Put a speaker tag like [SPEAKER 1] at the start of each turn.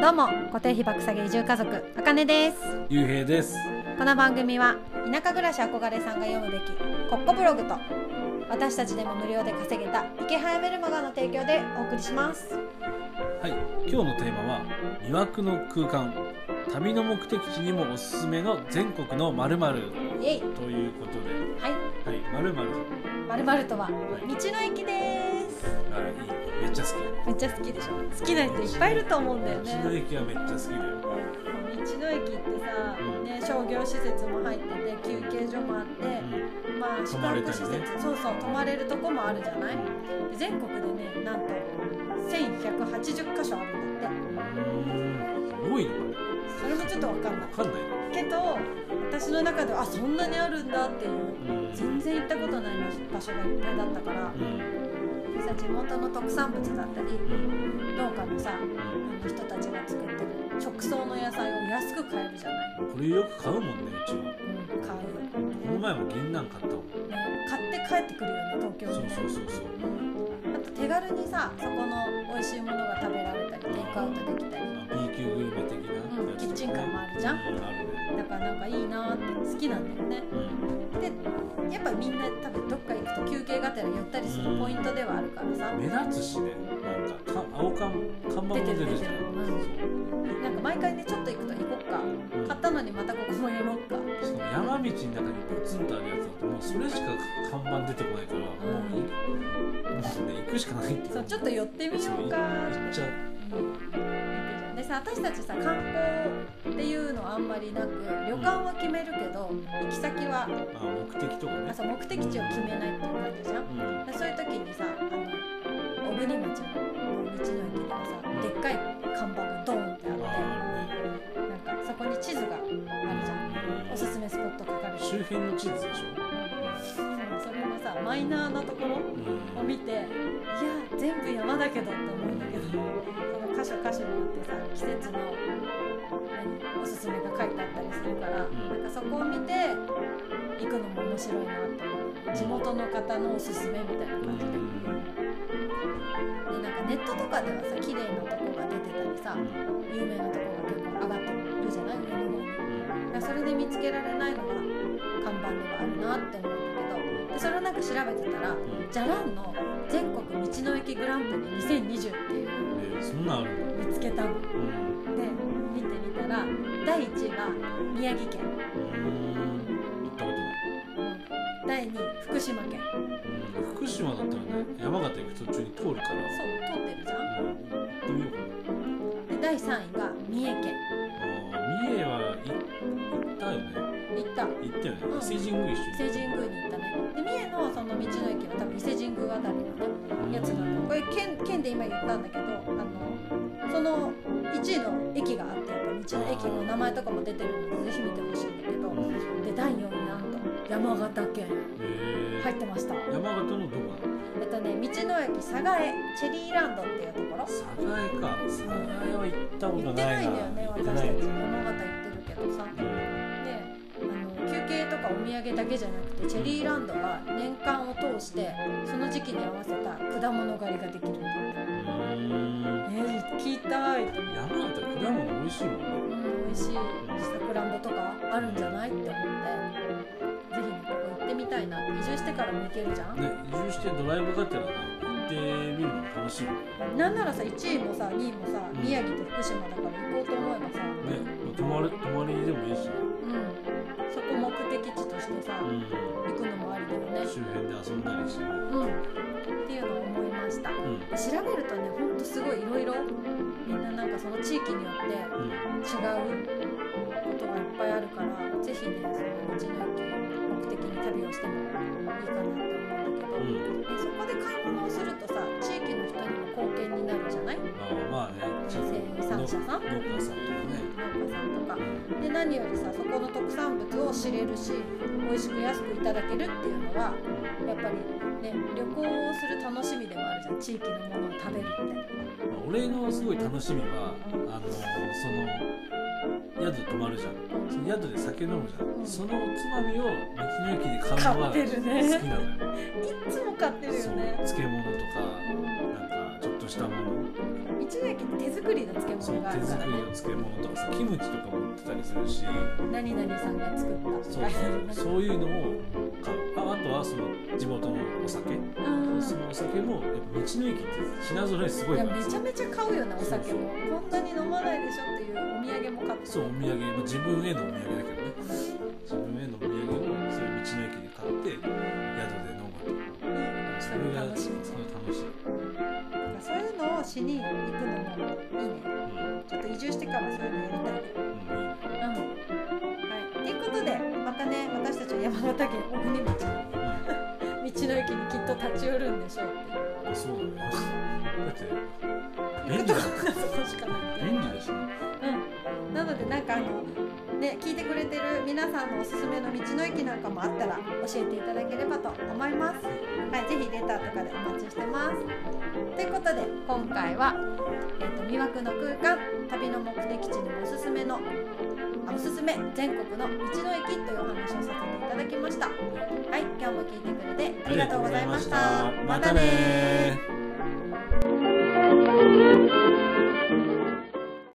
[SPEAKER 1] どうも固定費爆下げ移住家族あかねです
[SPEAKER 2] ゆうへいです。
[SPEAKER 1] この番組は田舎暮らし憧れさんが読むべきコッコブログと私たちでも無料で稼げた池早メルマガの提供でお送りします
[SPEAKER 2] はい、今日のテーマは魅惑の空間。旅の目的地にもおすすめの全国のまるまる
[SPEAKER 1] イエイ
[SPEAKER 2] ということ
[SPEAKER 1] はい
[SPEAKER 2] で、はい、まるまる。
[SPEAKER 1] まるまるとは道
[SPEAKER 2] はい
[SPEAKER 1] の駅です
[SPEAKER 2] あれいい、めっちゃ好き。
[SPEAKER 1] めっちゃ好きでしょ好きな人いっぱいいると思うんだよね
[SPEAKER 2] 道の駅はめっちゃ好きだよ。
[SPEAKER 1] 道の駅ってさ、ね、商業施設も入ってて休憩所もあって、
[SPEAKER 2] うん
[SPEAKER 1] まあ宿
[SPEAKER 2] 泊まれ
[SPEAKER 1] 泊
[SPEAKER 2] た
[SPEAKER 1] 施
[SPEAKER 2] り
[SPEAKER 1] 設、
[SPEAKER 2] ね
[SPEAKER 1] そうそう泊まれるとこもあるじゃないで全国でねなんと1180箇所あるんだって
[SPEAKER 2] うん、多いのかね。
[SPEAKER 1] それもちょっとわかんない
[SPEAKER 2] わかんない。
[SPEAKER 1] けど私の中ではあそんなにあるんだっていう
[SPEAKER 2] うん
[SPEAKER 1] 全然行ったことない場所がいっぱいだったから
[SPEAKER 2] うん
[SPEAKER 1] さ地元の特産物だったり
[SPEAKER 2] うん
[SPEAKER 1] 農家のさあの
[SPEAKER 2] う
[SPEAKER 1] 人たちが作ってる直送の野菜を安く買えるじゃない、
[SPEAKER 2] んこれよく買うもんね、うち
[SPEAKER 1] う
[SPEAKER 2] は。
[SPEAKER 1] ん、買う
[SPEAKER 2] この前も銀杏買ったもん。
[SPEAKER 1] ね、買って帰ってくるよね東京
[SPEAKER 2] そう
[SPEAKER 1] に
[SPEAKER 2] そうそうそう。
[SPEAKER 1] あと手軽にさそこの美味しいものが食べられたりテイクアウトできたり
[SPEAKER 2] B 級グルメ的
[SPEAKER 1] うん
[SPEAKER 2] なやつとかね。
[SPEAKER 1] キッチンカーもあるじゃん
[SPEAKER 2] うあるね。
[SPEAKER 1] だからなんかいいなーって好きなんだよね
[SPEAKER 2] うん。
[SPEAKER 1] でやっぱみんな多分どっか行くと休憩がてら寄ったりするポイントではあるからさ
[SPEAKER 2] 目立つしねなんかか青看看板も出てるじゃん
[SPEAKER 1] なんか毎回ねちょっと行くと行こっか
[SPEAKER 2] うん
[SPEAKER 1] 買ったのにまたここも寄ろっか
[SPEAKER 2] しかも山道の中にポツンとあるやつだともうそれしか看板出てこないから、
[SPEAKER 1] ん
[SPEAKER 2] もういいもうね行くしかないって
[SPEAKER 1] そうちょっと寄ってみようかーって
[SPEAKER 2] 行っちゃう
[SPEAKER 1] でさ私たちさ観光っていうのはあんまりなく旅館は決めるけど行き先は
[SPEAKER 2] あ目的とか
[SPEAKER 1] あ
[SPEAKER 2] ね
[SPEAKER 1] そう目的地を決めないっていう感じじゃん
[SPEAKER 2] うんうん
[SPEAKER 1] でそういう時にさあの小国町の道の駅ではさでっかい看板がドーンって
[SPEAKER 2] あ
[SPEAKER 1] あ
[SPEAKER 2] あるね
[SPEAKER 1] ってなんかそこに地図があるじゃんおすすめスポット書かれてる
[SPEAKER 2] 周辺の地図でしょ、
[SPEAKER 1] うんそれのさマイナーなところ
[SPEAKER 2] うん
[SPEAKER 1] を見ていや全部山だけどって思うんだけどその箇所箇所によってさ季節の何おすすめが書いてあったりするから、
[SPEAKER 2] ん
[SPEAKER 1] なんかそこを見て行くのも面白いなって思う地元の方のおすすめみたいな
[SPEAKER 2] うん
[SPEAKER 1] 感じで,、でなんかネットとかではさ綺麗なとこが出てたりさ有名なとこが結構上がってるじゃない上の方に。だからそれで見つけられないのが看板ではあるなって思うんだけどでそれをなんか調べてたら
[SPEAKER 2] うん
[SPEAKER 1] じゃらんの全国道の駅グランプリ2020っていうのを
[SPEAKER 2] うんねそんなんあるんだ
[SPEAKER 1] 見つけたので
[SPEAKER 2] うん
[SPEAKER 1] 見てみたら第1位が宮城県
[SPEAKER 2] うん行ったことない
[SPEAKER 1] 第2位福島県そう
[SPEAKER 2] うん福島だったらね山形行く途中に通るから
[SPEAKER 1] 通ってるじゃ
[SPEAKER 2] うん行ってみようかなん
[SPEAKER 1] で第3位が三重県
[SPEAKER 2] あー三重はい行ったよね
[SPEAKER 1] 行った
[SPEAKER 2] 行ったよね
[SPEAKER 1] うん
[SPEAKER 2] 伊勢神宮一
[SPEAKER 1] 伊
[SPEAKER 2] 緒
[SPEAKER 1] 勢神宮に行ったねで三重のその道の駅は多分伊勢神宮あたりのね
[SPEAKER 2] に
[SPEAKER 1] やつなんだこれ県県で今言ったんだけどあのその1位の駅があってやっぱ道の駅の名前とかも出てるのでぜひ見てほしいんだけどで第4位なんと山形県
[SPEAKER 2] へ
[SPEAKER 1] 入ってました
[SPEAKER 2] ー山形のどこなの
[SPEAKER 1] えっとね道の駅佐賀江チェリーランドっていうところ
[SPEAKER 2] 佐賀江か佐賀江は行ったこ
[SPEAKER 1] 行
[SPEAKER 2] と
[SPEAKER 1] って
[SPEAKER 2] な
[SPEAKER 1] ないい
[SPEAKER 2] なん
[SPEAKER 1] だよね私
[SPEAKER 2] 行って
[SPEAKER 1] た
[SPEAKER 2] な
[SPEAKER 1] ち
[SPEAKER 2] い
[SPEAKER 1] 山形行
[SPEAKER 2] ね
[SPEAKER 1] ってるけどさ
[SPEAKER 2] う
[SPEAKER 1] で
[SPEAKER 2] ん
[SPEAKER 1] あの休憩とかお土産だけじゃなくてチェリーランドは年間を通してその時期に合わせた果物狩りができるんだって
[SPEAKER 2] うーん
[SPEAKER 1] えー、聞いたいと思って
[SPEAKER 2] 山形果物美味しいもんね
[SPEAKER 1] うん、美味しいさくらんぼとかあるんじゃないって思ってぜひねここ行ってみたいな移住してからも行けるじゃん、
[SPEAKER 2] ね移住してドライブがてらね行ってみるのも楽しいもんね
[SPEAKER 1] なんならさ1位もさ2位もさ
[SPEAKER 2] うん
[SPEAKER 1] 宮城と福島だから行こうと思えばさ、
[SPEAKER 2] 泊まる泊まりでもいいし
[SPEAKER 1] うん、そこ目的地としてさ、
[SPEAKER 2] うん
[SPEAKER 1] 行くのもありだよね
[SPEAKER 2] 周辺で遊んだりしてう
[SPEAKER 1] うんっていうのを思いました
[SPEAKER 2] ん
[SPEAKER 1] 調べるとねほんとすごいいろいろみんななんかその地域によって
[SPEAKER 2] うん
[SPEAKER 1] 違うことがいっぱいあるからぜひねその道の駅目的に旅をしてもいいかなって思うんだけど、
[SPEAKER 2] うん
[SPEAKER 1] でそこで買い物をするとさ地域の人にも貢献になるじゃない
[SPEAKER 2] あーまあね
[SPEAKER 1] 生産者さん
[SPEAKER 2] 農農家さんとかね
[SPEAKER 1] 農家さんとか。で何よりさそこの特産物を知れるし美味しく安くいただけるっていうのはやっぱりね旅行をする楽しみでもあるじゃん地域のものを食べるみたいな。
[SPEAKER 2] まあ俺のすごい楽しみはあのその宿泊まるじゃんその宿で酒飲むじゃん、
[SPEAKER 1] うん
[SPEAKER 2] そのおつまみを道の駅で買うの
[SPEAKER 1] 買っ
[SPEAKER 2] が好き
[SPEAKER 1] てるね
[SPEAKER 2] なのよ、
[SPEAKER 1] いっつも買ってるよ
[SPEAKER 2] そう
[SPEAKER 1] ね。
[SPEAKER 2] 漬物と
[SPEAKER 1] うん
[SPEAKER 2] かなんかちょっとしたもの
[SPEAKER 1] 道の道の駅って手作りの漬
[SPEAKER 2] そう
[SPEAKER 1] 物があ
[SPEAKER 2] 手
[SPEAKER 1] るから
[SPEAKER 2] 作り
[SPEAKER 1] ね
[SPEAKER 2] の漬物とかさキムチとかも売ってたりするし
[SPEAKER 1] 何々さんが作ったと
[SPEAKER 2] そう
[SPEAKER 1] か
[SPEAKER 2] そういうのを買うああとはその地元のお酒、
[SPEAKER 1] うん
[SPEAKER 2] そのお酒もやっぱ道の駅って品揃えすごい
[SPEAKER 1] い
[SPEAKER 2] か
[SPEAKER 1] や
[SPEAKER 2] ら
[SPEAKER 1] めちゃめちゃ買うよねお酒もこんなに飲まないでしょっていうお土産も買って
[SPEAKER 2] そうお土産、まあ自分へのお土産だけどね自分へのお土産をそういう道の駅で買って宿で飲む
[SPEAKER 1] ね
[SPEAKER 2] そ
[SPEAKER 1] そ
[SPEAKER 2] れ
[SPEAKER 1] れ
[SPEAKER 2] が
[SPEAKER 1] 楽しみ
[SPEAKER 2] その楽しい、
[SPEAKER 1] なんかそういうのをしに行くのもいいね
[SPEAKER 2] うん
[SPEAKER 1] ちょっと移住してからそういうのやりたいね
[SPEAKER 2] うん、いい
[SPEAKER 1] うんはいという
[SPEAKER 2] ね
[SPEAKER 1] ことでまたね私たちは山形県小国町の
[SPEAKER 2] うん
[SPEAKER 1] 道の駅にきっと立ち寄るんでしょう
[SPEAKER 2] あそう だね。だって
[SPEAKER 1] ってい
[SPEAKER 2] 便
[SPEAKER 1] うこと
[SPEAKER 2] 利だ
[SPEAKER 1] がそうしかない
[SPEAKER 2] 便利だしね。
[SPEAKER 1] うん、なのでなんかあのね聞いてくれてる皆さんのおすすめの道の駅なんかもあったら教えていただければと思います。はい、ぜひレターとかでお待ちしてます。ということで今回はえっ、と魅惑の空間旅の目的地にもおすすめのあおすすめ全国の道の駅というお話をさせていただきました。はい、今日も聞いてくれてありがとうございました。
[SPEAKER 2] またねー。
[SPEAKER 1] ま